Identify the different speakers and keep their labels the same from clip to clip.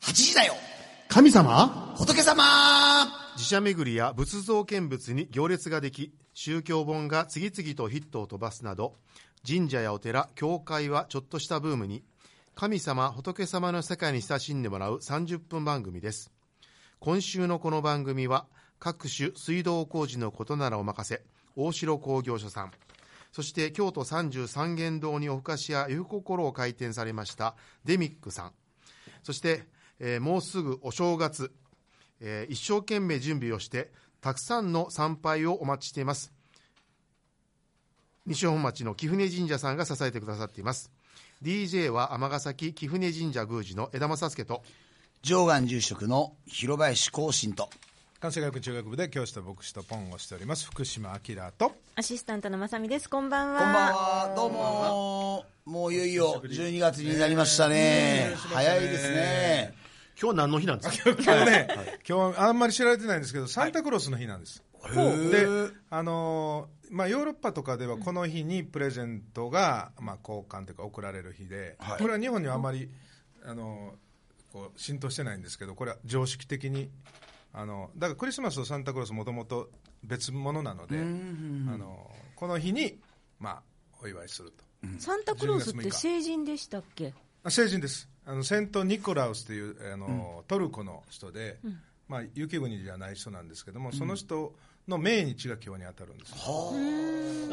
Speaker 1: 8時だよ
Speaker 2: 神様
Speaker 1: 仏様
Speaker 3: 寺社巡りや仏像見物に行列ができ宗教本が次々とヒットを飛ばすなど神社やお寺教会はちょっとしたブームに神様仏様の世界に親しんでもらう30分番組です今週のこの番組は各種水道工事のことならお任せ大城工業所さんそして京都三十三元堂におふかしやゆう心を開店されましたデミックさんそして、えーもうすぐお正月、えー一生懸命準備をしてたくさんの参拝をお待ちしています西本町の貴船神社さんが支えてくださっています DJ は尼崎貴船神社宮司の枝正助と
Speaker 1: 上岸住職の広林光信と
Speaker 4: 関西学院中学部で教師と牧師とポンをしております福島明と
Speaker 5: アシスタントのまさみです。こんばんは。
Speaker 1: こんばんはどうももういよいよ12月になりましたね早いですね
Speaker 3: 今日何の日なんですか
Speaker 4: 今日ね、今日あんまり知られてないんですけどサンタクロースの日なんです、 であのーまあ、ヨーロッパとかではこの日にプレゼントが、まあ、交換というか贈られる日で、これは日本にはあんまりあのーこう浸透してないんですけどこれは常識的にあのだからクリスマスとサンタクロースもともと別物なので、あのーこの日に、まあ、お祝いすると。
Speaker 5: サンタクロースっ
Speaker 4: 12月
Speaker 5: て
Speaker 4: 6日
Speaker 5: 成人でしたっけ
Speaker 4: あ聖人ですあのセント・ニコラウスというあの、トルコの人で、まあ、雪国じゃない人なんですけども、その人の命日が今日に当たるんです、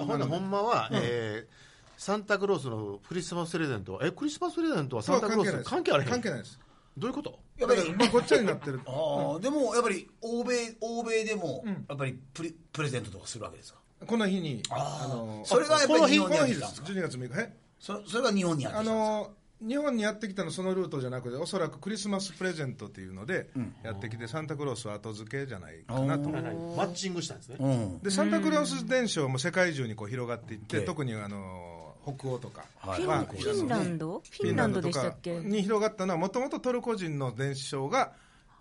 Speaker 3: ほんならほんまは、えーサンタクロースのクリスマスプレゼントはえクリスマスプレゼントはサンタクロース関係あれへん
Speaker 4: 関係ないです
Speaker 3: どういうこと
Speaker 1: やっぱ
Speaker 4: だ
Speaker 1: り
Speaker 4: から、まあ、ごっちゃになってる
Speaker 1: ああでもやっぱり欧米欧米でもやっぱりプレプレゼントとかするわけですか
Speaker 4: この日にあの
Speaker 1: それがやっぱり日
Speaker 4: こ
Speaker 1: 本にや
Speaker 4: の
Speaker 1: って
Speaker 4: 日
Speaker 1: き
Speaker 4: で
Speaker 1: たん
Speaker 4: す
Speaker 1: ですか
Speaker 4: 12月6日え
Speaker 1: そそれが日本にやって
Speaker 4: あ
Speaker 1: きたんですか
Speaker 4: の日本にやってきたのそのルートじゃなくておそらくクリスマスプレゼントっていうのでやってきて、サンタクロースは後付けじゃないかなと
Speaker 3: マッチングしたんですね
Speaker 1: うん
Speaker 4: でサンタクロース伝承も世界中にこう広がっていって、
Speaker 1: ええ
Speaker 4: 特にあの北欧とかは
Speaker 5: フィン
Speaker 4: あの
Speaker 5: フィンランドフィンランドでしたっけ
Speaker 4: フィンランドとかに広がったのはもともとトルコ人の伝承が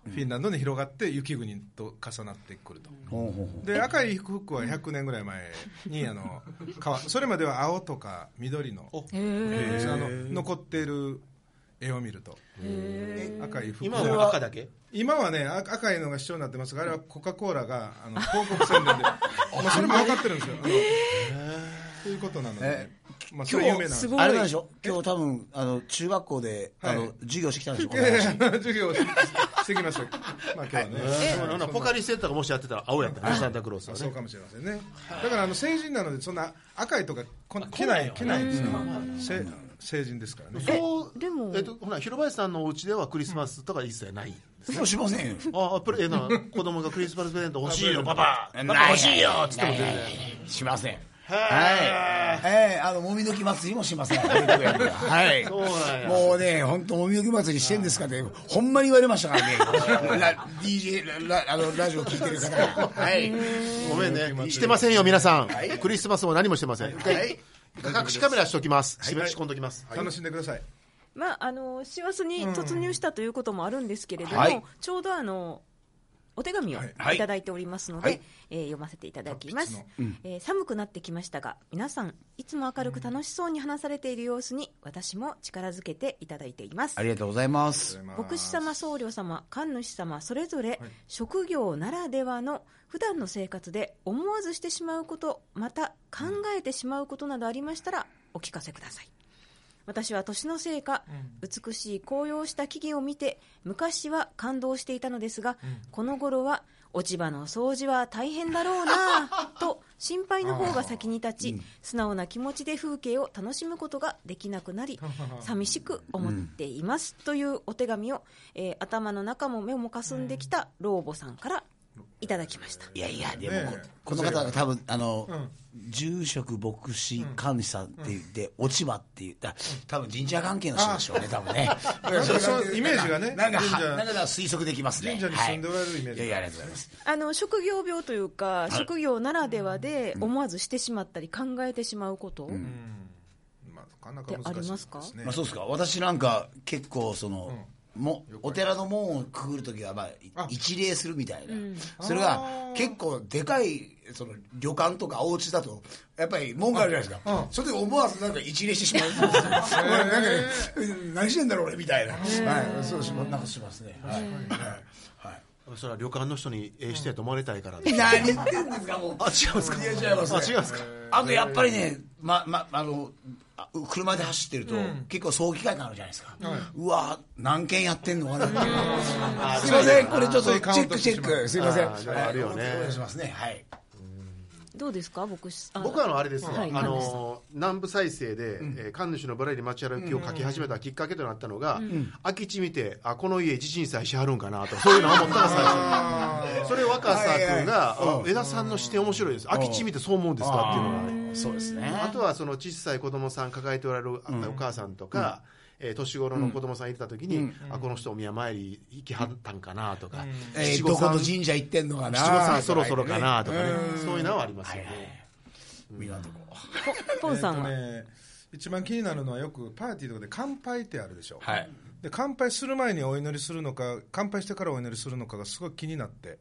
Speaker 4: フィンランドに広がって雪国と重なってくると、
Speaker 1: ほうほうほ
Speaker 4: で赤い服は100年ぐらい前にあの川それまでは青とか緑のあの残っている絵を見ると赤い服
Speaker 3: 今は赤だけ
Speaker 4: 今はねあ赤いのが主張になってますがあれはコカ・コーラがあの広告 宣伝でまあそれも分かってるんですよあのということなので、まあ、そ
Speaker 1: 今
Speaker 4: れ有名なん
Speaker 1: 日
Speaker 4: ですす
Speaker 1: ごいあれなんでしょ今日多分あの中学校で、あ
Speaker 4: は
Speaker 1: の
Speaker 4: い
Speaker 1: 授業してきたんでし ょこ
Speaker 4: い
Speaker 1: の
Speaker 4: やいや
Speaker 1: 話
Speaker 4: あの授業をししてき ましたまあ今日はね、
Speaker 3: そうなんだポカリスエットがもしやってたら青やったねサンタクロース
Speaker 4: まあ
Speaker 3: は
Speaker 4: そう
Speaker 3: ね
Speaker 4: かもしれませんね、だからあの成人なので、そんな赤いとかこん着ない着ないですよ、せ成人ですからね、
Speaker 3: そう
Speaker 5: でも
Speaker 3: えっとほら広林さんのお家ではクリスマスとか一切ないんです
Speaker 1: そうしま せんよ
Speaker 3: ああプレえな子供がクリスマスプレゼント欲しいよパパパ
Speaker 1: な
Speaker 3: パ欲しいよっつっても全然
Speaker 1: 然しませんはい、ええあのもみの木祭りもしませ んはい
Speaker 3: そうなんや
Speaker 1: もうね本当もみの木祭りしてんですかってほんまに言われました からねラ DJ ララあのラジオ聞いてる方がはい
Speaker 3: ごめんねしてませんよ皆さんクリスマスも何もしてません
Speaker 1: はい
Speaker 3: 隠しカメラしときます仕込んどきます
Speaker 4: 楽しんでください、
Speaker 5: まあ、あの、師走に突入したということもあるんですけれども、
Speaker 1: はい
Speaker 5: ちょうどあの、お手紙を
Speaker 1: はい
Speaker 5: いただいておりますので、
Speaker 1: はい
Speaker 5: えー読ませていただきます
Speaker 4: 達、
Speaker 5: えー寒くなってきましたが、皆さん、いつも明るく楽しそうに話されている様子に、私も力づけていただいています
Speaker 1: あ。りがとうございます
Speaker 5: 牧師様、僧侶様、神主様、それぞれ職業ならではの普段の生活で思わずしてしまうこと、また考えてしまうことなどありましたらお聞かせください。私は年のせいか、美しい紅葉した木々を見て、昔は感動していたのですが、この頃は落ち葉の掃除は大変だろうな ぁと心配の方が先に立ち、素直な気持ちで風景を楽しむことができなくなり、寂しく思っています、というお手紙を、えー頭の中も目もかすんできた老母さんからいただきました。
Speaker 1: いやいやでも、
Speaker 4: ねえ
Speaker 1: この方が多分あの、住職牧師神主さんって言って、落ち葉って言った多分神社関係の人でしょうね多分ね
Speaker 4: そうそうイメージがね
Speaker 1: なんか
Speaker 4: 神社
Speaker 1: なんか推測できますね
Speaker 4: 神社に住んでおられるイメージ
Speaker 1: はい、いやいやありがとうございます
Speaker 5: あの職業病というか、職業ならではで、思わずしてしまったり、考えてしまうこと、
Speaker 4: まあ、なかなか難しいですね、
Speaker 1: まあ、そうですか私なんか結構その、もお寺の門をくぐるときは、まあ、一礼するみたいな、それが結構でかいその旅館とかお家だと、やっぱり門があるじゃないですか、それで思わずなんか一礼してしま うんですよ、なんかね何してんだろう、俺みたいな、はい、そうしなんかしますね。はいはい
Speaker 3: それは旅館の人にええ人やと思われたいからで
Speaker 1: 何言ってんですか、もう。あ、違いますか。いや、違います、ね。
Speaker 3: あ違うんですか
Speaker 1: あとやっぱりね、ま、ま、あの、あ車で走ってると、結構早期会感あるじゃないですか。うわ何件やってんのかなっていう。あすいません、これちょっとチェックチェック。すいません。
Speaker 3: あーでもあるよね
Speaker 1: はいお願いしますね。はい。
Speaker 5: どうですか牧師さん
Speaker 3: 僕はあのあれですよ、
Speaker 5: はい
Speaker 3: あの南部再生で、えー神主のぶらり街歩きを書き始めたきっかけとなったのが、空き地見て、あこの家、地震災しはるんかなと、そういうのを思ったの最初、それを若狭君が、
Speaker 1: はいは
Speaker 3: あ
Speaker 1: い
Speaker 3: 江田さんの視点面白いです、空き地見てそう思うんですかっていうのがね、
Speaker 1: そうですね。
Speaker 3: あとはその小さい子供さん抱えておられるあお母さんとか、えー年頃の子供さんいた時に、あこの人お宮参り行きはったんかなとか、
Speaker 1: えーどこの神社行ってんのかな
Speaker 3: 七五三そろそろかなとかね、
Speaker 1: うん
Speaker 3: そういうのはありますよね。
Speaker 1: はいはいみんなのとこ。
Speaker 5: ポンさんは、
Speaker 4: えっとね一番気になるのはよくパーティーとかで乾杯ってあるでしょ、
Speaker 1: はい
Speaker 4: で乾杯する前にお祈りするのか乾杯してからお祈りするのかがすごい気になって、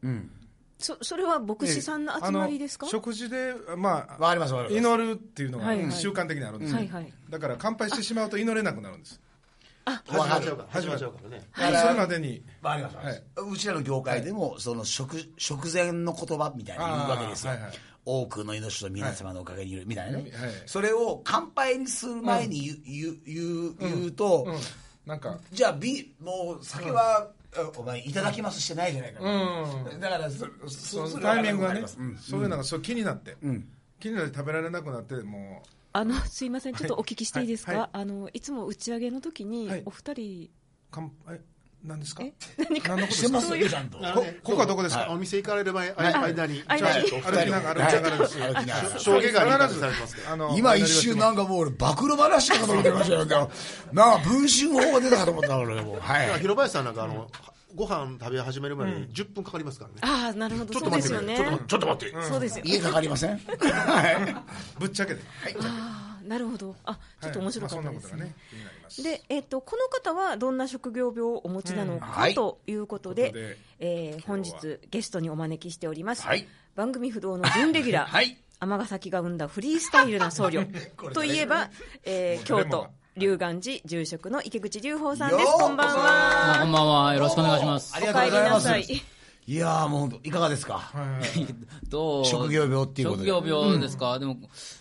Speaker 5: そそれは牧師さんの集まりですか
Speaker 4: あの食事で、まあ、
Speaker 1: わかりますわかります
Speaker 4: 祈るっていうのが
Speaker 5: はいはい
Speaker 4: 習慣的にあるんですよ、
Speaker 5: はいはい
Speaker 4: だから乾杯してしまうと祈れなくなるんです、
Speaker 3: 始まっちゃうから始まっちゃうからね
Speaker 1: い
Speaker 4: それまでに
Speaker 1: わかりますわかりますうちらの業界でも、その食、食前の言葉みたいなの言うわけですよ
Speaker 4: あーはいはい。
Speaker 1: 多くの命と皆様のおかげにいるみたいなね
Speaker 4: はい。
Speaker 1: それを乾杯にする前に言う、言う、言う言うと、
Speaker 4: なんか
Speaker 1: じゃあ、ビもう酒は、お前、いただきますしてないじゃないかな。だから、そ、そ
Speaker 4: そ
Speaker 1: そ
Speaker 4: の
Speaker 1: れは
Speaker 4: タイミングが
Speaker 1: わか
Speaker 4: ね
Speaker 1: りますうん
Speaker 4: そういうのがそう気になって、気になって食べられなくなってもう
Speaker 5: あのすいませんちょっとお聞きしていいですか、
Speaker 4: はいはい
Speaker 5: あのいつも打ち上げの時に、
Speaker 4: はい
Speaker 5: お二人
Speaker 4: 乾杯何ですか
Speaker 5: え何か
Speaker 4: 何のこと
Speaker 1: して
Speaker 4: ですか
Speaker 1: ますよ、ちゃんと。
Speaker 3: あの
Speaker 4: こ
Speaker 3: ね
Speaker 4: ここはどこですか、
Speaker 3: お店行かれる前、
Speaker 1: い
Speaker 3: 間に、
Speaker 5: はい
Speaker 1: はい
Speaker 5: はい
Speaker 1: ちょっとお二人
Speaker 4: 歩きながら
Speaker 1: はい
Speaker 4: 歩きながらですよ
Speaker 1: 歩きながら
Speaker 3: しょ衝撃がありされてますから。
Speaker 4: あの
Speaker 1: 今一瞬なんかもう俺暴露話かと思ってましたよ。なんか文春法が出たかと思った俺もう。はい。
Speaker 3: 広林さんなんかあの、ご飯食べ始めるまでに10分かかりますからね。
Speaker 5: ああなるほど
Speaker 3: ちょっ
Speaker 5: そ
Speaker 3: と
Speaker 5: うで
Speaker 3: 待っ
Speaker 5: す
Speaker 3: て
Speaker 5: よ
Speaker 3: くれ、
Speaker 5: ね
Speaker 3: ちょっと待って、ちょっと待って。
Speaker 5: そうですよ
Speaker 1: 家かかりませ んはい。
Speaker 4: ぶっちゃけで
Speaker 5: あーなるほどあちょっと面白かったです
Speaker 4: はいまあそん
Speaker 5: ね,、
Speaker 4: なことがね気になります
Speaker 5: で、えっと、この方はどんな職業病をお持ちなの
Speaker 1: うん
Speaker 5: か、
Speaker 1: はい
Speaker 5: ということで、
Speaker 4: ということで
Speaker 5: えー本日
Speaker 4: 今
Speaker 5: ゲストにお招きしております、
Speaker 1: はい
Speaker 5: 番組不動の準レギュラー、
Speaker 1: はい
Speaker 5: 尼崎が生んだフリースタイルな僧 侶といえば、えー
Speaker 4: もう
Speaker 5: 京
Speaker 4: 誰もが
Speaker 5: 都龍岩寺住職の池口龍宝さんです
Speaker 1: ようこそ
Speaker 5: こんばんは
Speaker 2: こんばんは。よろしくお願いします
Speaker 1: あ
Speaker 5: お
Speaker 1: りがとう
Speaker 5: 帰
Speaker 1: ご
Speaker 5: り
Speaker 1: ざいま
Speaker 5: な
Speaker 1: す
Speaker 5: さい。
Speaker 1: いやーもう本当いかがですか。
Speaker 2: どう
Speaker 1: 職業病っていうことで
Speaker 2: 職業病ですか、でも、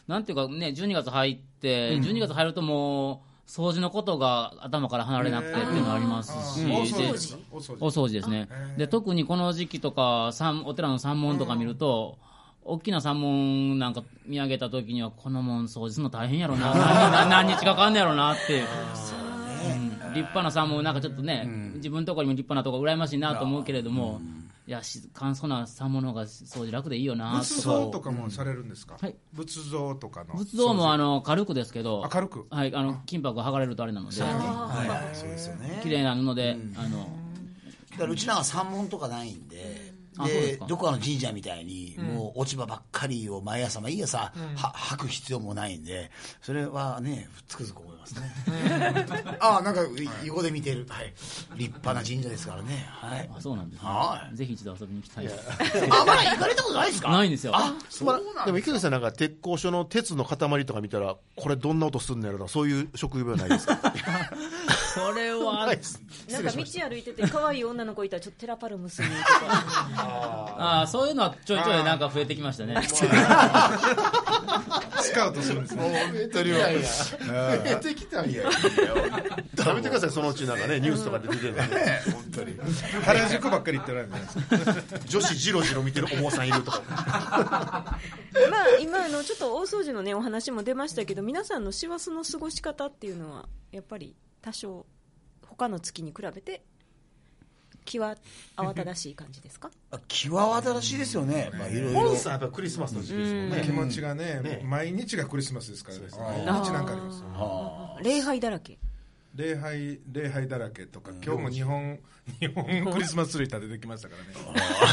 Speaker 2: なんていうかね、12月入って、12月入るともう、掃除のことが頭から離れなくてっていうのあります
Speaker 4: う
Speaker 2: し、
Speaker 4: ん
Speaker 2: で
Speaker 4: 大掃除大掃除
Speaker 2: お掃除ですね。で、特にこの時期とか、三お寺の三門とか見ると、大きな三門なんか見上げた時には、この門掃除するの大変やろな、何何何日かかんねやろなっていう。うん立派な三門なんかちょっとね、自分のところにも立派なとこ羨ましいなと思うけれども、いやし簡素な三門の方が掃除楽でいいよな
Speaker 4: 仏像とかもされるんですか、
Speaker 2: はい
Speaker 4: 仏像とかの
Speaker 2: 仏像もあの軽くですけど
Speaker 4: あ軽く
Speaker 2: はい、あの金箔が剥がれるとあれなので
Speaker 1: はい。そうですよね。
Speaker 2: 綺麗な布で、あの
Speaker 1: だからうちなんか三門とかないんで、
Speaker 2: あそうで
Speaker 1: です
Speaker 2: か
Speaker 1: どこかの神社みたいに、もう落ち葉ばっかりを毎朝、毎朝、は吐く必要もないんで、それはね、つくづく思いますね。 ああ、なんか横で見てる、はい、立派な神社ですからね、はい。
Speaker 2: あそうなんです、ね
Speaker 1: は
Speaker 2: ぜひ一度遊びに行きたいです
Speaker 1: あ、まだ行かれたことないですか
Speaker 2: ないんですよ
Speaker 1: あ、そうなん
Speaker 3: でも池口さんなんか鉄鋼所の鉄の塊とか見たら、これどんな音するんだろうな、そういう職業は ないですか
Speaker 2: それ は
Speaker 5: なんか道歩いてて可愛い女の子いたらちょっとテラパルムスにとか
Speaker 2: あーそういうのはちょいちょいなんか増えてきましたね
Speaker 4: スカウトするんですね
Speaker 3: 出てきたんや。やめてください、そのうちなんかね、ニュースとかで出てるのね。本当に。
Speaker 4: 原宿ばっかり行ってないんですか
Speaker 3: 女子じろじろ見てるお坊さんいるとか。
Speaker 5: まあ今あのちょっと大掃除のねお話も出ましたけど皆さんの師走の過ごし方っていうのはやっぱり多少他の月に比べて気は慌ただしい感じですか
Speaker 1: 気は新しいですよね。まあ、いろい
Speaker 3: ポン
Speaker 1: ろ。
Speaker 3: さんやっぱクリスマスの時期ですもんね。
Speaker 4: 気持ちがね
Speaker 3: ね
Speaker 4: 毎日がクリスマスですからね毎日なんかあります
Speaker 5: 礼拝だらけ
Speaker 4: 礼拝礼拝だらけとか今日も日本 日本クリスマスツリー立ててきましたか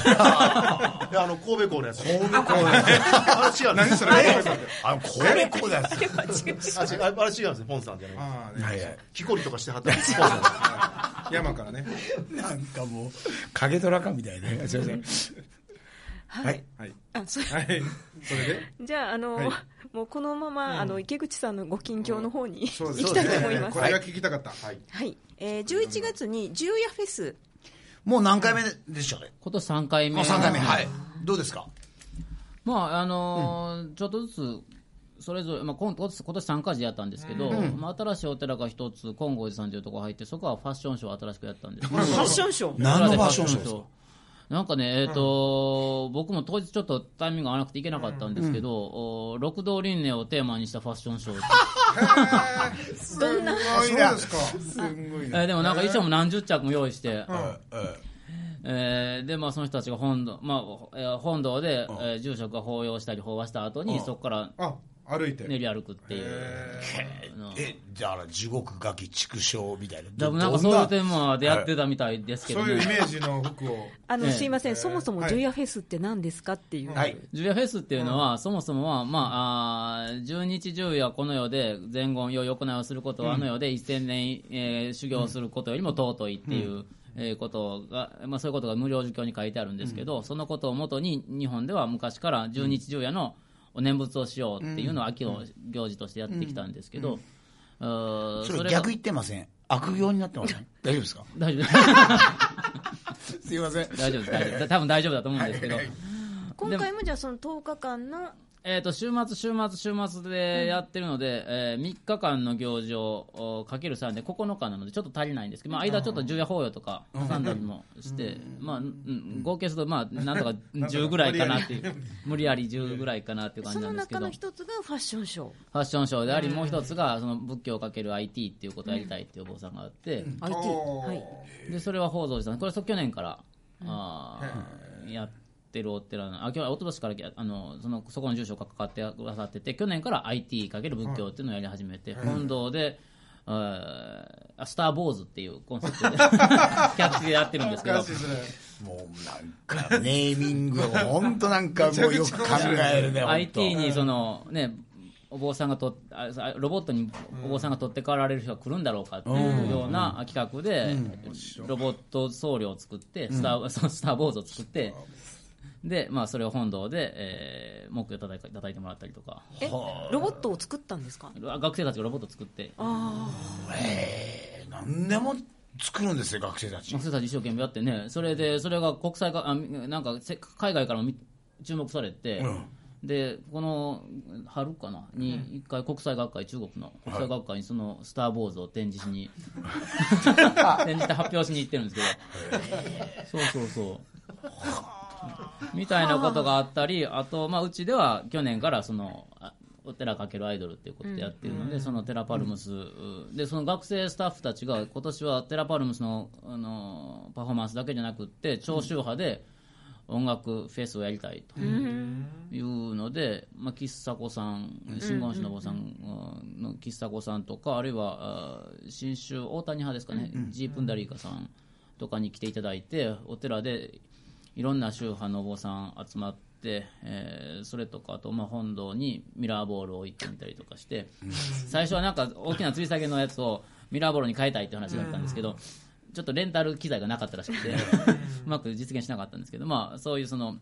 Speaker 4: らね
Speaker 3: であの、神戸港のやつ。神戸港のやつ。あれ違うんです
Speaker 4: 何それ
Speaker 1: あの、これ、こうだよ。
Speaker 3: あ違うあれ違うんですね、ポンさんじゃない。
Speaker 4: ああね
Speaker 1: はいはい。
Speaker 3: 木こりとかしてはったんです、ポンさん。
Speaker 4: 山からね。
Speaker 1: なんかもう、影虎かみたいな。すいません。
Speaker 5: はい、
Speaker 1: はい。
Speaker 4: はい。
Speaker 5: あそう
Speaker 4: はい。それで
Speaker 5: じゃああの、
Speaker 4: はい
Speaker 5: もうこのまま、あの池口さんのご近況の方に、
Speaker 4: そうです
Speaker 5: 行きたいと思います。
Speaker 4: こ
Speaker 5: は
Speaker 4: れ
Speaker 5: い
Speaker 4: が聞きたかった。はい。
Speaker 5: えー、11月に十夜フェス
Speaker 1: もう何回目でしたかね。
Speaker 2: 今年3回目。
Speaker 1: もう3回目。はい。どうですか
Speaker 2: まあ、あのーちょっとずつ、それぞれ、まあ、今今年今年3回時やったんですけど、まあ、新しいお寺が一つ、金剛寺さんというところ入って、そこはファッションショーを新しくやったんですけど
Speaker 5: ファッションショー。
Speaker 1: 何のファッションショーですか
Speaker 2: なんかね、えっ、と、僕も当日ちょっとタイミング合わなくて行けなかったんですけど、お六道輪廻をテーマにしたファッション ショー。
Speaker 5: どんな
Speaker 4: あ、そうですか。
Speaker 2: えーでもなんか衣装も何十着も用意して、
Speaker 1: ええ
Speaker 2: えーで、まあその人たちが本堂、まあ、えー本堂で、えー住職が法要したり法話した後に、そこから
Speaker 4: あ、歩いて。
Speaker 2: 練り歩くっていう。
Speaker 1: え、だから地獄ガキ畜生みたいな。
Speaker 2: だ
Speaker 1: ど
Speaker 2: からなんかそういうテ
Speaker 1: ど
Speaker 2: ー
Speaker 1: んな
Speaker 2: マでやってたみたいですけ
Speaker 4: そ
Speaker 2: ど
Speaker 4: ういうイ
Speaker 2: ね。
Speaker 4: メージの服を。
Speaker 5: あの、
Speaker 2: ええ
Speaker 5: すいません、そもそも
Speaker 4: はい
Speaker 5: 十夜フェスって何ですかっていう。
Speaker 1: はい。
Speaker 2: 十夜フェスっていうのは、そもそもは、まあ、あー十日十夜この世で前言よ行いをすることはあの世で一千年、えー修行することよりも尊いっていう。えーことが、まあ、そういうことが無料儒教に書いてあるんですけど、そのことをもとに日本では昔から十日十夜のお念仏をしようっていうのを秋の行事としてやってきたんですけど、うーん
Speaker 1: そ
Speaker 2: が
Speaker 1: れ逆言ってません。悪行になってません。 大丈夫ですか
Speaker 2: 大丈夫
Speaker 1: すいません。
Speaker 2: 大丈夫です大丈夫です多分大丈夫だと思うんですけど、
Speaker 5: 今回もじゃあその10日間の、
Speaker 2: えー、と週末、週末、週末でやってるので、えー、3日間の行事をおかける3で9日なのでちょっと足りないんですけど、まあ、間ちょっと重夜法要とか挟んだりもして、まあうん、合計すると、 まあ、なんとか10ぐらいかなっていう、無理やり10ぐらいかなっていう感
Speaker 5: そ
Speaker 2: じな
Speaker 5: の
Speaker 2: んですけ
Speaker 5: 中
Speaker 2: ど、
Speaker 5: の
Speaker 2: フ
Speaker 5: 一つがファッションショー。
Speaker 2: ァッションショーであり、もう一つがその仏教をかける IT っていうことをやりたいっていうお坊さんがあって、
Speaker 5: IT。
Speaker 4: おー
Speaker 5: はい。
Speaker 2: でそれは宝蔵寺さん、これ、去年から、あーやってるお寺なあ、今日は一昨年からあのそのそこの住所がかかってくださってて、去年から IT× かける仏教っていうのをやり始めて、本堂で、あーあスター・ボーズっていうコンセ プトで、キャッチでやってるんですけど
Speaker 4: 懐かし。いそれ
Speaker 1: もうなんか、ネーミングを本当なんかもうよく考え るね、本当
Speaker 2: IT にそのねお坊さんがとああロボットにお坊さんが取って代わられる人が来るんだろうかっていうような企画でロボット僧侶を作ってスター,、そうスターボーズを作ってで、まあ、それを本堂で、えー、木魚叩い叩いてもらったりとか
Speaker 5: え、ロボットを作ったんですか
Speaker 2: 学生たちがロボット作って
Speaker 1: えー何でも作るんですよ、学生たち
Speaker 2: 学。生たち一生懸命やってねそれでそれが国際化あなんかせ海外からもみ注目されて、
Speaker 1: うん
Speaker 2: でこの春かなに一回国際学会中国の国際学会にその「スター・ボーズ」を展示し に展示して発表しに行ってるんですけどそうそうそうみたいなことがあったりあと、まあ、うちでは去年からそのあお寺かけるアイドルっていうことでやってるので、そのテラパルムス、でその学生スタッフたちが今年はテラパルムスのあのパフォーマンスだけじゃなくって長州派で音楽フェスをやりたいと。いうので、まあ、喫茶子さん、真言宗の坊さんうんの喫茶子さんとか、あるいは、あー新州大谷派ですかね、ジープンダリーカさんとかに来ていただいて、お寺でいろんな宗派のお坊さん集まって、えーそれとか、あと、まあ、本堂にミラーボールを置いてみたりとかして、最初はなんか大きな吊り下げのやつをミラーボールに変えたいって話だったんですけど、ちょっとレンタル機材がなかったらしくて、うまく実現しなかったんですけど、まあ、そういうその、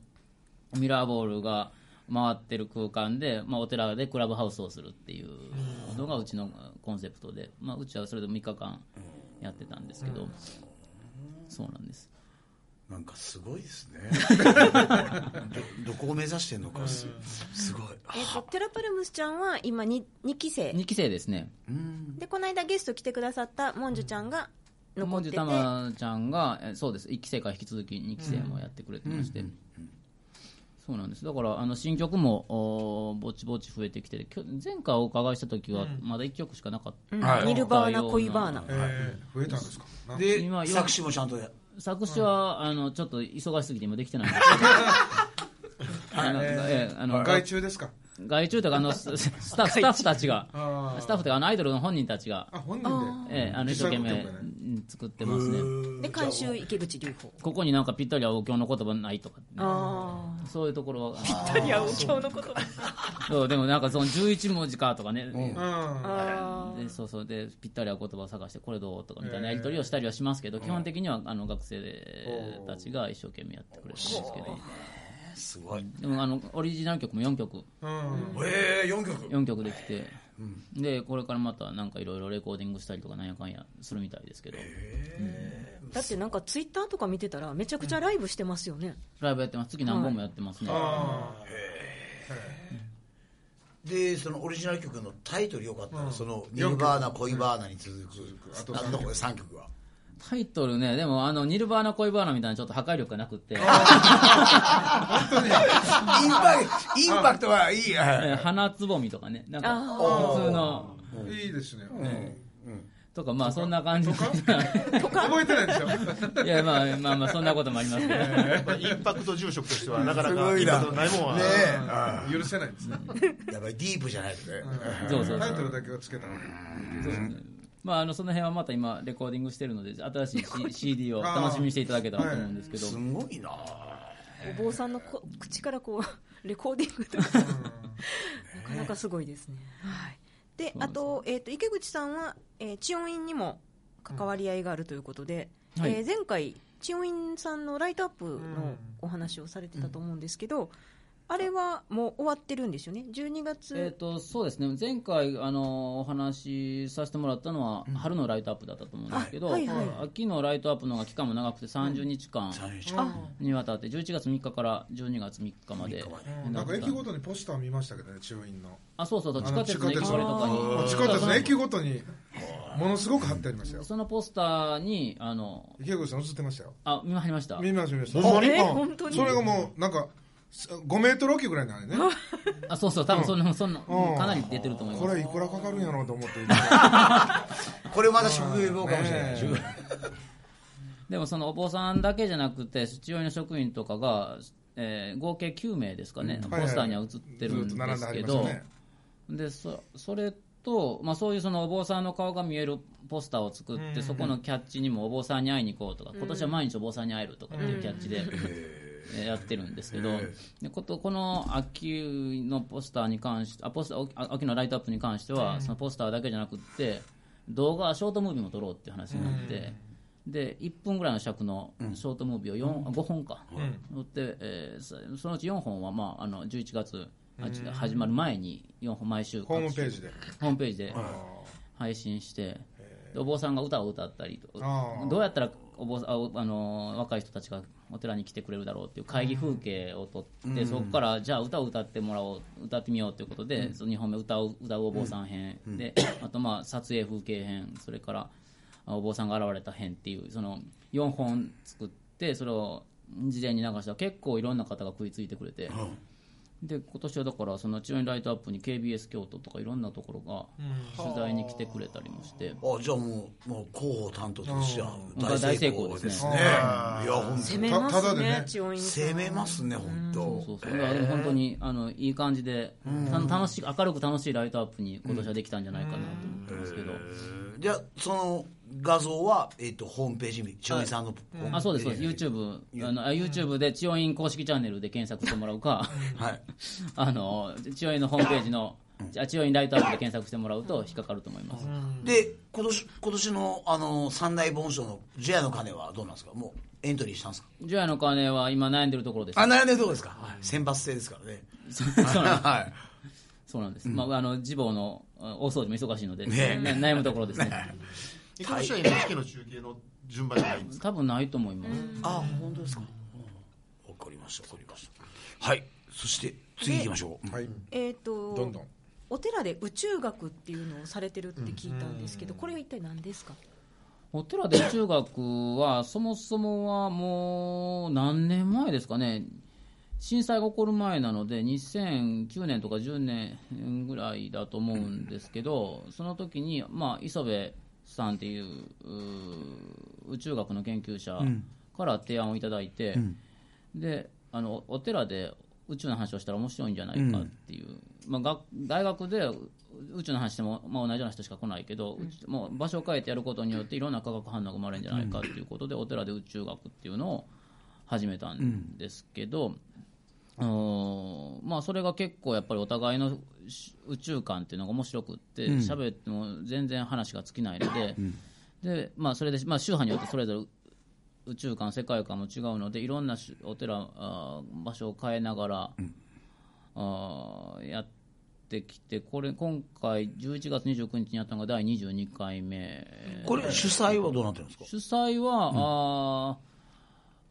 Speaker 2: ミラーボールが回ってる空間で、まあ、お寺でクラブハウスをするっていうのがうちのコンセプトで、まあ、うちはそれで3日間やってたんですけど、そうなんです
Speaker 1: なんかすごいですね。ど、ど こを目指してんのか、すすごい。
Speaker 5: えっ、と、テラパルムスちゃんは今 2, 二期生。
Speaker 2: 2期生ですね
Speaker 5: で、この間ゲスト来てくださったモンジュちゃんが残
Speaker 2: 文
Speaker 5: って
Speaker 2: 字
Speaker 5: て。
Speaker 2: たまちゃんがえそうです1期生から引き続き2期生もやってくれてまして、そうなんですだからあの新曲もおーぼちぼち増えてきてきょ前回お伺いした時はまだ1曲しかなかった、
Speaker 1: はい
Speaker 5: ニルバーナ、コイバーナ。
Speaker 4: えー増えたんですかなんか
Speaker 1: で
Speaker 2: 今、よ
Speaker 1: 作詞もちゃんとや、
Speaker 2: 作詞は、あのちょっと忙しすぎて今で きてないんですけどあのええあの
Speaker 4: 外注ですか
Speaker 2: 外注というかあ のスススタッフスタッフたちが
Speaker 4: あー
Speaker 2: スタッフというかあのアイドルの本人たちが
Speaker 4: あ、本人で。
Speaker 2: ええあの一生懸命
Speaker 4: 実際のことだよね
Speaker 2: に作ってますね。
Speaker 5: で監修池口隆法
Speaker 2: ここになんかぴったりはお経の言葉ないとかね、
Speaker 5: あ
Speaker 2: そういうところは。
Speaker 5: あイタリアお経のこと
Speaker 2: そうでもなんかその11文字かとかね、
Speaker 4: うん
Speaker 5: あ
Speaker 2: でそうそうでぴったりは言葉を探してこれどうとかみたいなやり取りをしたりはしますけど、基本的にはあの学生たちが一生懸命やってくれてるんですけど、
Speaker 1: すごい。
Speaker 2: でもあのオリジナル曲も4曲
Speaker 1: ええ、4曲。
Speaker 2: 4曲できて、でこれからまたなんかいろいろレコーディングしたりとかなんやかんやするみたいですけど、
Speaker 5: ーだってなんかツイッターとか見てたらめちゃくちゃライブしてますよね、
Speaker 2: ライブやってます月何本もやってますね、
Speaker 1: で、そのオリジナル曲のタイトルよかったら、その、ニルバーナ、恋バーナに続く、あと、なんだこれ3曲は。
Speaker 2: タイトルねでもあのニルバーナ恋バーナみたいなちょっと破壊力がなくって
Speaker 1: インパクト、インパクトはいいや。
Speaker 2: えー花つぼみとかねなんか
Speaker 5: あ
Speaker 2: 普通の
Speaker 4: いいですね、
Speaker 2: とかまあそんな感じで
Speaker 4: 覚えてないでしょ
Speaker 2: いやまあまあまあそんなこともありますけど
Speaker 6: まあインパクト住職としてはなかな
Speaker 1: す
Speaker 6: か
Speaker 1: ご
Speaker 6: イ
Speaker 1: い
Speaker 6: ンパ
Speaker 1: な。
Speaker 6: クトないもんは、
Speaker 1: ね
Speaker 4: 許せないですね
Speaker 1: え。やっぱりディープじゃないですね。
Speaker 2: そうそう
Speaker 4: タイ
Speaker 2: そ
Speaker 4: ト
Speaker 2: う
Speaker 4: ルだけをつけたの
Speaker 2: まああのその辺はまた今レコーディングしてるので新しい C- CD を楽しみにしていただけたらと思うんですけど
Speaker 1: すごいな。
Speaker 5: お坊さんのこ口からこうレコーディングとかなかなかすごいですね、はい、であと,、えー、と池口さんは、えー、知音院にも関わり合いがあるということで、
Speaker 2: うんはい
Speaker 5: えー前回知音院さんのライトアップのお話をされてたと思うんですけど、あれはもう終わってるんですよね12月、
Speaker 2: えー、とそうですね前回あのお話しさせてもらったのは春のライトアップだったと思うんですけど、
Speaker 5: あはいはい
Speaker 2: 秋のライトアップの方が期間も長くて30日間にわたって11月3日から12月3日まで
Speaker 4: なんか駅ごとにポスター見ましたけどね中院の
Speaker 2: あそうそうそう
Speaker 4: あ
Speaker 2: 地下
Speaker 4: の
Speaker 2: 鉄の駅割れとかに
Speaker 4: あ地下鉄の駅ごとにものすごく貼ってありましたよ
Speaker 2: そのポスターに、あの、
Speaker 4: 池口さん映ってましたよ
Speaker 2: あ、見まりました。
Speaker 4: 見ました見まし
Speaker 6: ほ
Speaker 4: た
Speaker 6: んまに
Speaker 5: えー
Speaker 6: うん
Speaker 5: 本当に
Speaker 4: それがもうなんか5メートルおきぐらいのあれね
Speaker 2: あ、そうそう、多分そんな、そんな、
Speaker 4: うん
Speaker 2: かなり出てると思い
Speaker 4: こ
Speaker 2: ます。
Speaker 4: れいくらかかるんやろうと思って
Speaker 1: これまだ職業病かもしれない。
Speaker 2: でもそのお坊さんだけじゃなくて、父親の職員とかが、えー合計9名ですかね、ポ
Speaker 4: はいはい
Speaker 2: スターには写ってるん
Speaker 4: ずっと並ん
Speaker 2: で
Speaker 4: であ
Speaker 2: す
Speaker 4: り
Speaker 2: け
Speaker 4: ました
Speaker 2: ど、
Speaker 4: ね
Speaker 2: で、そ、それと、まあそういうそのお坊さんの顔が見えるポスターを作って、そこのキャッチにもお坊さんに会いに行こうとか、今年は毎日お坊さんに会えるとかっていうキャッチで、えーやってるんですけど、でことこの秋のポスターに関してあポスターあ秋のライトアップに関しては、そのポスターだけじゃなくって動画ショートムービーも撮ろうっていう話になって、で1分ぐらいの尺のショートムービーを4、5本か、撮って、えーそそのうち4本は、まあ、あの11月、あ違う始まる前に4本毎週
Speaker 4: ホームページで
Speaker 2: ホームページで配信して、でお坊さんが歌を歌ったりと
Speaker 4: あー
Speaker 2: どうやったらお坊さんあおあのー若い人たちがお寺に来てくれるだろうっていう会議風景を撮って、そこからじゃあ歌を歌ってもらおう歌ってみようということで、その2本目歌う歌うお坊さん編、であとまあ撮影風景編それからあお坊さんが現れた編っていうその4本作ってそれを事前に流したら結構いろんな方が食いついてくれて。で今年はだからその中央ライトアップに KBS 京都とかいろんなところが取材に来てくれたりもして、
Speaker 1: あじゃあもう、もう広報担当としては
Speaker 2: 大
Speaker 1: 大
Speaker 2: 成
Speaker 1: 成
Speaker 2: 功
Speaker 1: 功
Speaker 2: で
Speaker 1: ですす
Speaker 2: ね
Speaker 1: ね。いや、本
Speaker 5: 攻めま
Speaker 4: たた
Speaker 5: す
Speaker 4: だで
Speaker 5: ね
Speaker 4: ね
Speaker 5: 知音
Speaker 1: 当
Speaker 5: 院さん
Speaker 1: 攻めますね、本
Speaker 2: そう
Speaker 1: 当。
Speaker 2: そうだからでも本当にあのいい感じで、た楽しい明るく楽しいライトアップに今年はできたんじゃないかなと思ってますけど、
Speaker 1: じゃあ、その画像は、えっと、ホームページに、ちょいさんのホームページに。
Speaker 2: あそうですそうです YouTube あのあ YouTube で千代院公式チャンネルで検索してもらうか
Speaker 1: はい。
Speaker 2: あの千代院のホームページのあ千代院ライトアップで検索してもらうと引っかかると思います、
Speaker 1: で、今年、今年の、あの、三大盆賞の、ジェアの鐘はどうなんですかもう、エントリーしたんですか
Speaker 2: ジョアの鐘は今悩んでるところです
Speaker 1: あ、悩んでるとこですかはい選抜制ですからね。
Speaker 2: そうなんです
Speaker 1: はい。
Speaker 2: そうなんです、まああの自暴のあ大掃除も忙しいので、
Speaker 1: ね
Speaker 2: な悩むところですね
Speaker 6: えこの試合 NHK の中継の順番じゃないんですか
Speaker 2: 多分ないと思います、
Speaker 1: あ、本当ですか。わかりました、わかりました。はい。そして、次行きましょう。
Speaker 4: はい
Speaker 5: えー、と
Speaker 4: どんどん
Speaker 5: お寺で宇宙学っていうのをされてるって聞いたんですけど、これは一体何ですか
Speaker 2: お寺で中学は、そもそもはもう何年前ですかね、震災が起こる前なので、2009年とか10年ぐらいだと思うんですけど、その時にまあ、磯部さんっていうう宇宙学の研究者から提案をいただいて、であのお寺で宇宙の話をしたら面白いんじゃないかっていう、まあ、が大学で宇宙の話しても、まあ、同じような人しか来ないけど、うちもう場所を変えてやることによっていろんな化学反応が生まれるんじゃないかっていうことで、お寺で宇宙学っていうのを始めたんですけど、あのーまあ、それが結構やっぱりお互いのし宇宙観っていうのが面白くって喋、っても全然話が尽きないので,、でまあ、それで、まあ、宗派によってそれぞれ宇宙観、世界観も違うのでいろんなしお寺あー場所を変えながら、あーやってきてこれ今回11月29日にやったのが第22回目
Speaker 1: これ主催はどうなってるんですか
Speaker 2: 主催は、あ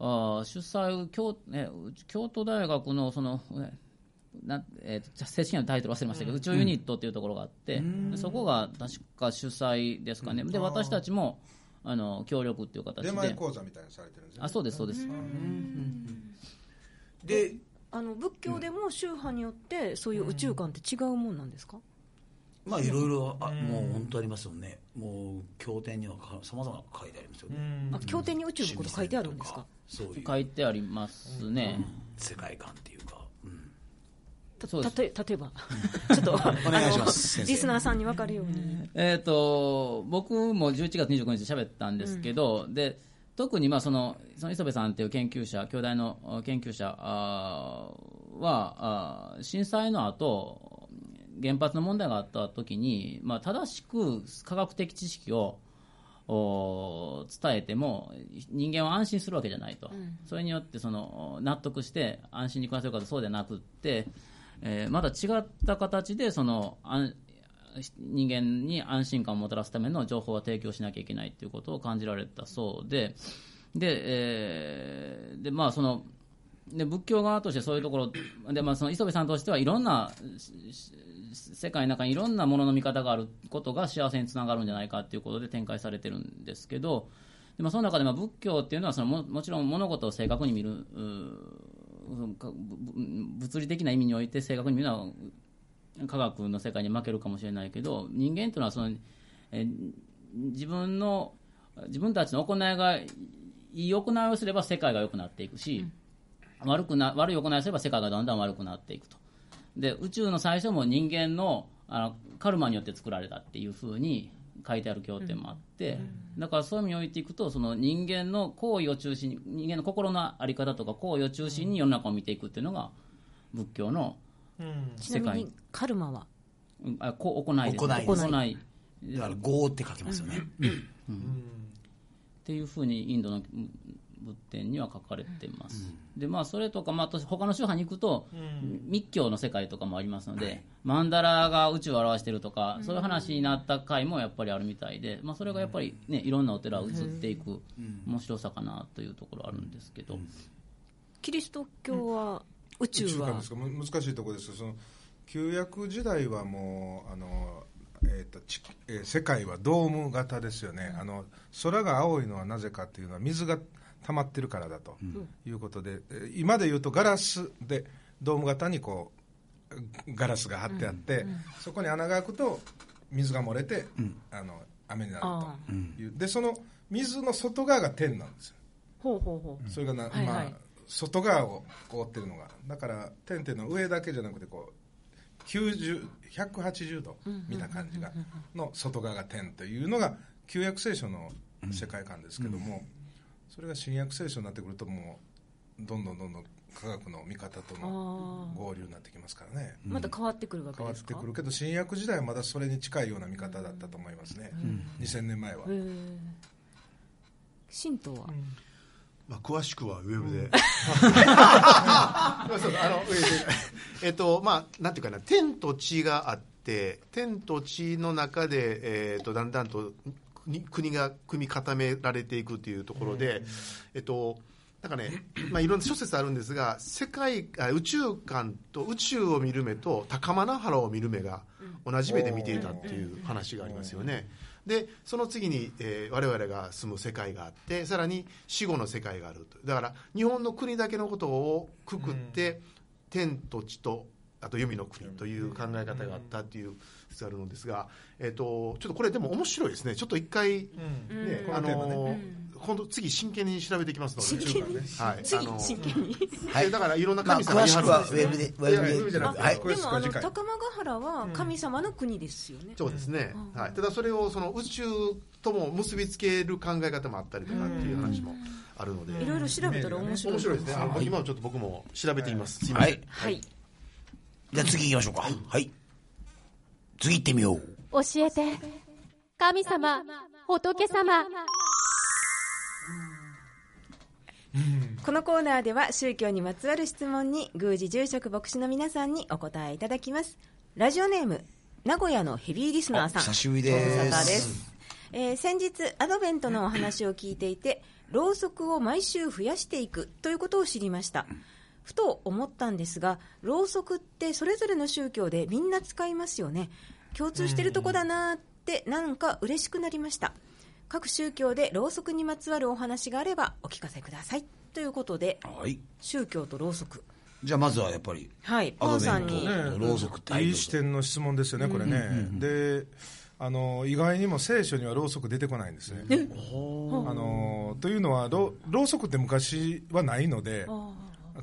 Speaker 2: ーあー主催京,、ね、京都大学のその、えなえーと正式なタイトル忘れましたけど、宇宙ユニットっていうところがあって、でそこが確か主催ですかね、で私たちもあの協力っていう形
Speaker 4: 出前
Speaker 2: で。
Speaker 4: 講座みたいにされてるんですよ
Speaker 2: あそうですそうです、
Speaker 1: で
Speaker 5: あの仏教でも宗派によってそういう宇宙観って違うもんなんですか、
Speaker 1: まあいろいろあもう本当ありますよねもう経典にはさまざま書いてありますよね
Speaker 5: あ経典に宇宙のこと書いてあるんですか
Speaker 1: そういう
Speaker 2: 書いてありますね、
Speaker 1: 世界観っていうか、うん
Speaker 5: た
Speaker 2: そうです
Speaker 5: たとえ例えばちょっとお
Speaker 1: 願いします先生
Speaker 5: リスナーさんに分かるように
Speaker 2: えー、と僕も11月29日喋ったんですけど、で特にまあそのその磯部さんという研究者京大のあ研究者あーはあー震災の後原発の問題があった時に、まあ、正しく科学的知識をお伝えても人間は安心するわけじゃないと、それによってその納得して安心に暮らせるかとそうでなくって、えーまだ違った形でその安人間に安心感をもたらすための情報は提供しなきゃいけないということを感じられたそうで、で、えーで、まあ、その、で仏教側としてそういうところで、まあ、その磯部さんとしてはいろんなしし世界の中にいろんなものの見方があることが幸せにつながるんじゃないかということで展開されてるんですけどで、まあ、その中でまあ仏教っていうのはそのももちろん物事を正確に見るうーかぶぶ物理的な意味において正確に見るのは科学の世界に負けるかもしれないけど人間というのはそのえー自分の自分たちの行いがいい行いをすれば世界が良くなっていくし、悪くな悪い行いをすれば世界がだんだん悪くなっていくとで宇宙の最初も人間のあのカルマによって作られたっていうふうに書いてある経典もあって、だからそういう意味においていくとその人間の行為を中心に人間の心の在り方とか行為を中心に世の中を見ていくっていうのが仏教の
Speaker 5: ちなみにカルマは
Speaker 2: うんあこ行いで
Speaker 1: 行
Speaker 2: す
Speaker 1: いです
Speaker 2: 行い
Speaker 1: だから「業」って書きますよね、
Speaker 2: っていうふうにインドのうん仏典には書かれてます、でまあそれとか、まあ、あと他の宗派に行くと、密教の世界とかもありますので、マンダラが宇宙を表してるとか、そういう話になった回もやっぱりあるみたいで、まあ、それがやっぱり、ね、いろんなお寺を移っていく面白さかなというところあるんですけど、
Speaker 5: キリスト教は宇宙
Speaker 4: 宇宙観
Speaker 5: は
Speaker 4: ですかむ難しいところですよその旧約時代はもうあの、えーと地えー世界はドーム型ですよねあの空が青いのはなぜかっていうのは水が溜まってるからだということで、えー今で言うとガラスでドーム型にこうガラスが張ってあって、そこに穴が開くと水が漏れて、あの雨になる
Speaker 5: あ
Speaker 4: というでその水の外側が天なんですよ
Speaker 5: ほうほうほう
Speaker 4: それがな、
Speaker 5: はいはい
Speaker 4: まあ、外側を覆ってるのがだから点々の上だけじゃなくてこう90 180度見た感じがの外側が点というのが旧約聖書の世界観ですけども、それが新約聖書になってくるともうどんどんどんどん科学の見方との合流になってきますからね
Speaker 5: また変わってくるわけ
Speaker 4: 変わ
Speaker 5: で
Speaker 4: っ
Speaker 5: す
Speaker 4: て
Speaker 5: か
Speaker 4: くるけど新約時代はまだそれに近いような見方だったと思いますね、2000年前は、
Speaker 5: へー神道は、
Speaker 6: まあ、詳しくはウェブで、
Speaker 3: そうそう あのえっとまあなんていうかな天と地があって天と地の中で、えっとだんだんとに国が組み固められていくというところで、えっとなんかね、まあ、いろんな諸説あるんですが世界あ宇宙観と宇宙を見る目と高間原を見る目が同じ目で見ていたっていう話がありますよね。でその次に、えー我々が住む世界があってさらに死後の世界があるとだから日本の国だけのことをくくって、天と地とあと弓の国という考え方があったっていう説あるのですが、えっとちょっとこれでも面白いですねちょっと一回、ね
Speaker 5: うん
Speaker 3: あ
Speaker 4: このテーマ
Speaker 3: のー今度次真剣に調べていきますので。
Speaker 5: 真剣に
Speaker 3: はい。
Speaker 5: 次
Speaker 3: あの
Speaker 5: 真剣に
Speaker 1: はい
Speaker 3: でだからいろんな
Speaker 1: まあ、
Speaker 3: 神様
Speaker 1: 詳しくはウ
Speaker 3: ですね
Speaker 1: ェブで、ウ
Speaker 4: いやウェ
Speaker 1: ェ
Speaker 4: ブ
Speaker 1: ブで。
Speaker 4: じゃなくて
Speaker 1: はい
Speaker 4: これ
Speaker 5: でもあの
Speaker 4: 次回
Speaker 5: 高間ヶ原は神様の国ですよね、
Speaker 3: そうですね、はい、ただそれをその宇宙とも結びつける考え方もあったりとかっていう話もあるので、
Speaker 5: いろいろ調べたら面白い
Speaker 3: 面白いですね、あの今はちょっと僕も調べています、すいま
Speaker 1: は
Speaker 3: せん
Speaker 1: い。
Speaker 5: はい
Speaker 1: じゃあ次行きましょうか。はい。次行ってみよう。
Speaker 7: 教えて神様仏様
Speaker 5: このコーナーでは宗教にまつわる質問に宮司住職牧師の皆さんにお答えいただきますラジオネーム名古屋のヘビーリスナーさん
Speaker 1: 久しぶりです
Speaker 5: ご無沙汰ですえー先日アドベントのお話を聞いていてろうそくを毎週増やしていくということを知りましたふと思ったんですがろうそくってそれぞれの宗教でみんな使いますよね共通してるとこだなーってなんか嬉しくなりました各宗教でろうそくにまつわるお話があればお聞かせくださいということで
Speaker 1: はい。
Speaker 5: 宗教とろうそく
Speaker 1: じゃあまずはやっぱり、
Speaker 5: はい
Speaker 1: ア
Speaker 5: ポ
Speaker 1: ド
Speaker 5: ンさ
Speaker 1: ベ
Speaker 5: ん
Speaker 1: ント
Speaker 5: に
Speaker 1: のろうそくって
Speaker 4: いい視点の質問ですよね、これね、であの意外にも聖書にはろうそく出てこないんですね。あのというのはろうろうそくって昔はないので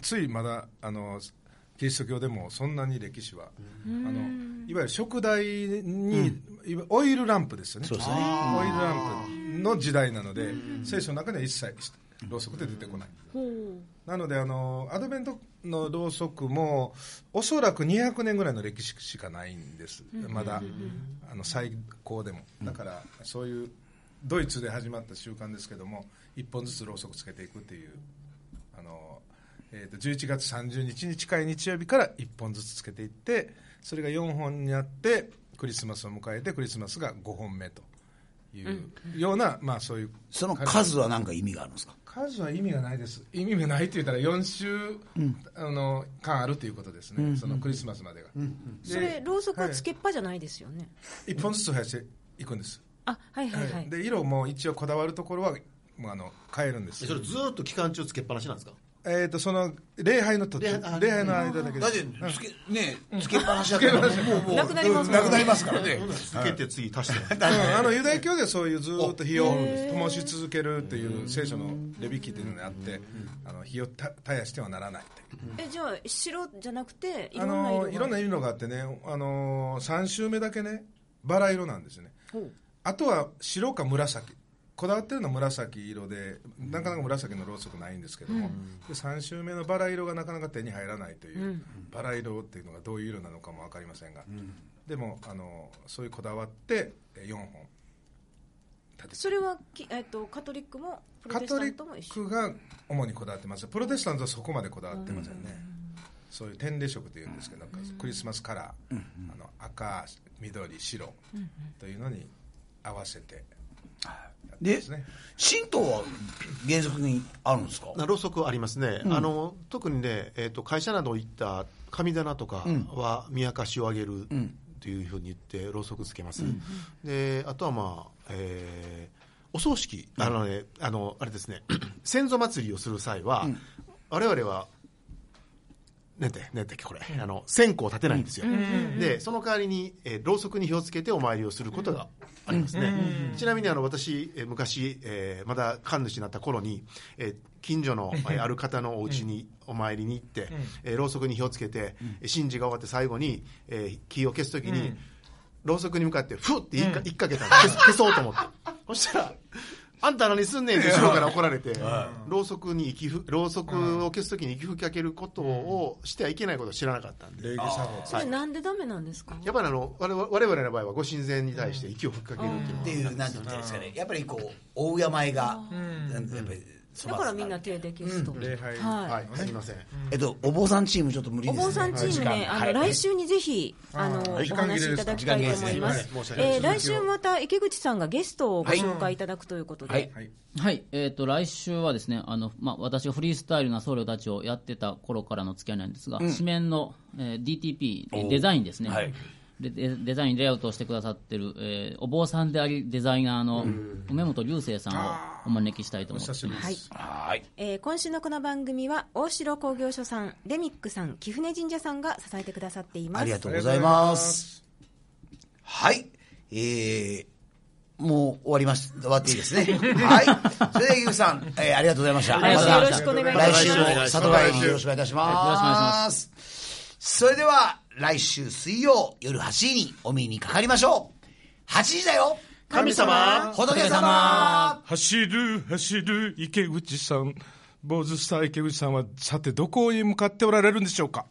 Speaker 4: ついまだあのキリスト教でもそんなに歴史は、あのいわゆる食台に、いわオイルランプですよね
Speaker 1: そうですね
Speaker 4: オイルランプの時代なので、聖書の中には一切ろうそくって出てこない。なのであのアドベントのろうそくもおそらく200年ぐらいの歴史しかないんです、まだあの最高でもだからそういうドイツで始まった習慣ですけども一本ずつろうそくつけていくっていうあの、えー、と11月30日に近い日曜日から一本ずつつけていってそれが4本になってクリスマスを迎えてクリスマスが5本目というような、まあそういう
Speaker 1: その数は何か意味があるんですか
Speaker 4: 数は意味がないです意味がないって言ったら4週、あの間あるということですね、そのクリスマスまでが、で
Speaker 5: それろうそくはつけっぱじゃないですよね、
Speaker 4: 一本ずつ生やしていくんです、
Speaker 5: あはいはいはい、
Speaker 4: で色も一応こだわるところはもうあの変えるんです
Speaker 6: それずーっと期間中つけっぱなしなんですか
Speaker 4: えっ、とその礼拝の途中
Speaker 6: 礼拝あ
Speaker 4: 礼拝の間だけで
Speaker 1: だって、つけ、ねえつけっぱなしだったら、もう、もう、
Speaker 5: なくなりますもんね
Speaker 1: なくなりますからね。
Speaker 6: つけて次足して
Speaker 4: うんあのユダヤ教ではそういうずーっと火を灯し続けるという聖書のレビキというのがあってあの火をた絶やしてはならないという
Speaker 5: えじゃあ白じゃなくてい
Speaker 4: あ
Speaker 5: ろんな
Speaker 4: の
Speaker 5: 色が
Speaker 4: いろんな色があってね、あの3週目だけね、バラ色なんですよね、あとは白か紫、こだわってるのは紫色で、なかなか紫のろうそくないんですけども、で3週目のバラ色がなかなか手に入らないという、バラ色っていうのがどういう色なのかも分かりませんが、でも、あのそういうこだわって4本、
Speaker 5: それはき、えっとカトリックもプロ
Speaker 4: カ
Speaker 5: テス
Speaker 4: ト
Speaker 5: タ
Speaker 4: リ
Speaker 5: ントも一
Speaker 4: ッ
Speaker 5: 緒
Speaker 4: クが主にこだわってますプロテスタントはそこまでこだわってませんね、そういう天礼色というんですけどなんかクリスマスカラー、あの赤緑白というのに合わせて
Speaker 1: で
Speaker 4: ですね、
Speaker 1: 神道は原則にあるんですか
Speaker 3: なろうそくありますね、あの特にね、えー、と会社など行った神棚とかは宮かしをあげるというふうに言ってろうそくつけます、であとはまあ、えーお葬式あの、ねあのあれですね 先祖祭りをする際は、我々はなんて、なんてっけこれ、あの、線香を立てないんですよ。で、その代わりに、えーろうそくに火をつけてお参りをすることがありますね。ちなみに、あの、私、えー昔、えーまだ神主になった頃に、えー近所の、 えーある方のお家にお参りに行って、えーろうそくに火をつけて、神事が終わって最後に、えー火を消すときに、ろうそくに向かって、ふって言いか,、けたんです消す消そうと思 って。そしたら、あんた何すんねんって後ろから怒られて、ろうそくに息ふ、ろうそくを消すときに息吹きかけることをしてはいけないことを知らなかったんで。
Speaker 4: 礼儀作法
Speaker 5: それなんでダメなんですか、
Speaker 3: やっぱりあの、我々我々の場合はご神前に対して息を吹きかけるっていうのは
Speaker 1: っていう、なんて言ったらいいですかね。やっぱりこう、お敬いが、なんかやっぱり、
Speaker 5: だからみんな手で消すと、
Speaker 4: 礼拝、
Speaker 5: はい
Speaker 3: はい、すみません。
Speaker 1: えっと、お坊さんチームちょっと無理
Speaker 5: お
Speaker 1: ですね。
Speaker 5: 坊さんチームね、あの来週にぜひ、あの、お
Speaker 4: 時間切
Speaker 5: 話
Speaker 4: れで
Speaker 5: い
Speaker 4: す
Speaker 5: た
Speaker 4: か
Speaker 5: だきたいと思います
Speaker 3: 時間切れですねはい申し。訳ない
Speaker 5: え
Speaker 3: で
Speaker 5: ー
Speaker 3: す
Speaker 5: 来週また池口さんがゲストをご紹介いただくということ
Speaker 1: はい
Speaker 5: で、
Speaker 4: はい
Speaker 2: はい、えー、と来週はですねあの、まあ、私がフリースタイルな僧侶たちをやってた頃からの付き合いなんですが、紙面の、えー DTP えーデザインですね、
Speaker 1: はい
Speaker 2: ででデザインレイアウトをしてくださってる、えーお坊さんでありデザイナーの梅本龍生さんをお招きしたいと思ってます
Speaker 5: はい。
Speaker 1: はい。
Speaker 5: えー今週のこの番組は、大城工業所さん、デミックさん、貴船神社さんが支えてくださっています。
Speaker 1: ありがとうございます。はい。えー、もう終わります。終わっていいですね。はい。それでは、ゆうきさん、えーありがとうございました。
Speaker 2: ありがとうございました
Speaker 5: よろしくお願いしま
Speaker 1: 来
Speaker 5: す
Speaker 1: 週も里帰りよろしくお願いいたします。
Speaker 2: よろしくお願いし
Speaker 1: それでは、来週水曜夜8時にお目にかかりましょう。8時だよ
Speaker 6: 神様
Speaker 1: 仏様
Speaker 4: 走る走る池内さん坊主スター池内さんはさてどこに向かっておられるんでしょうか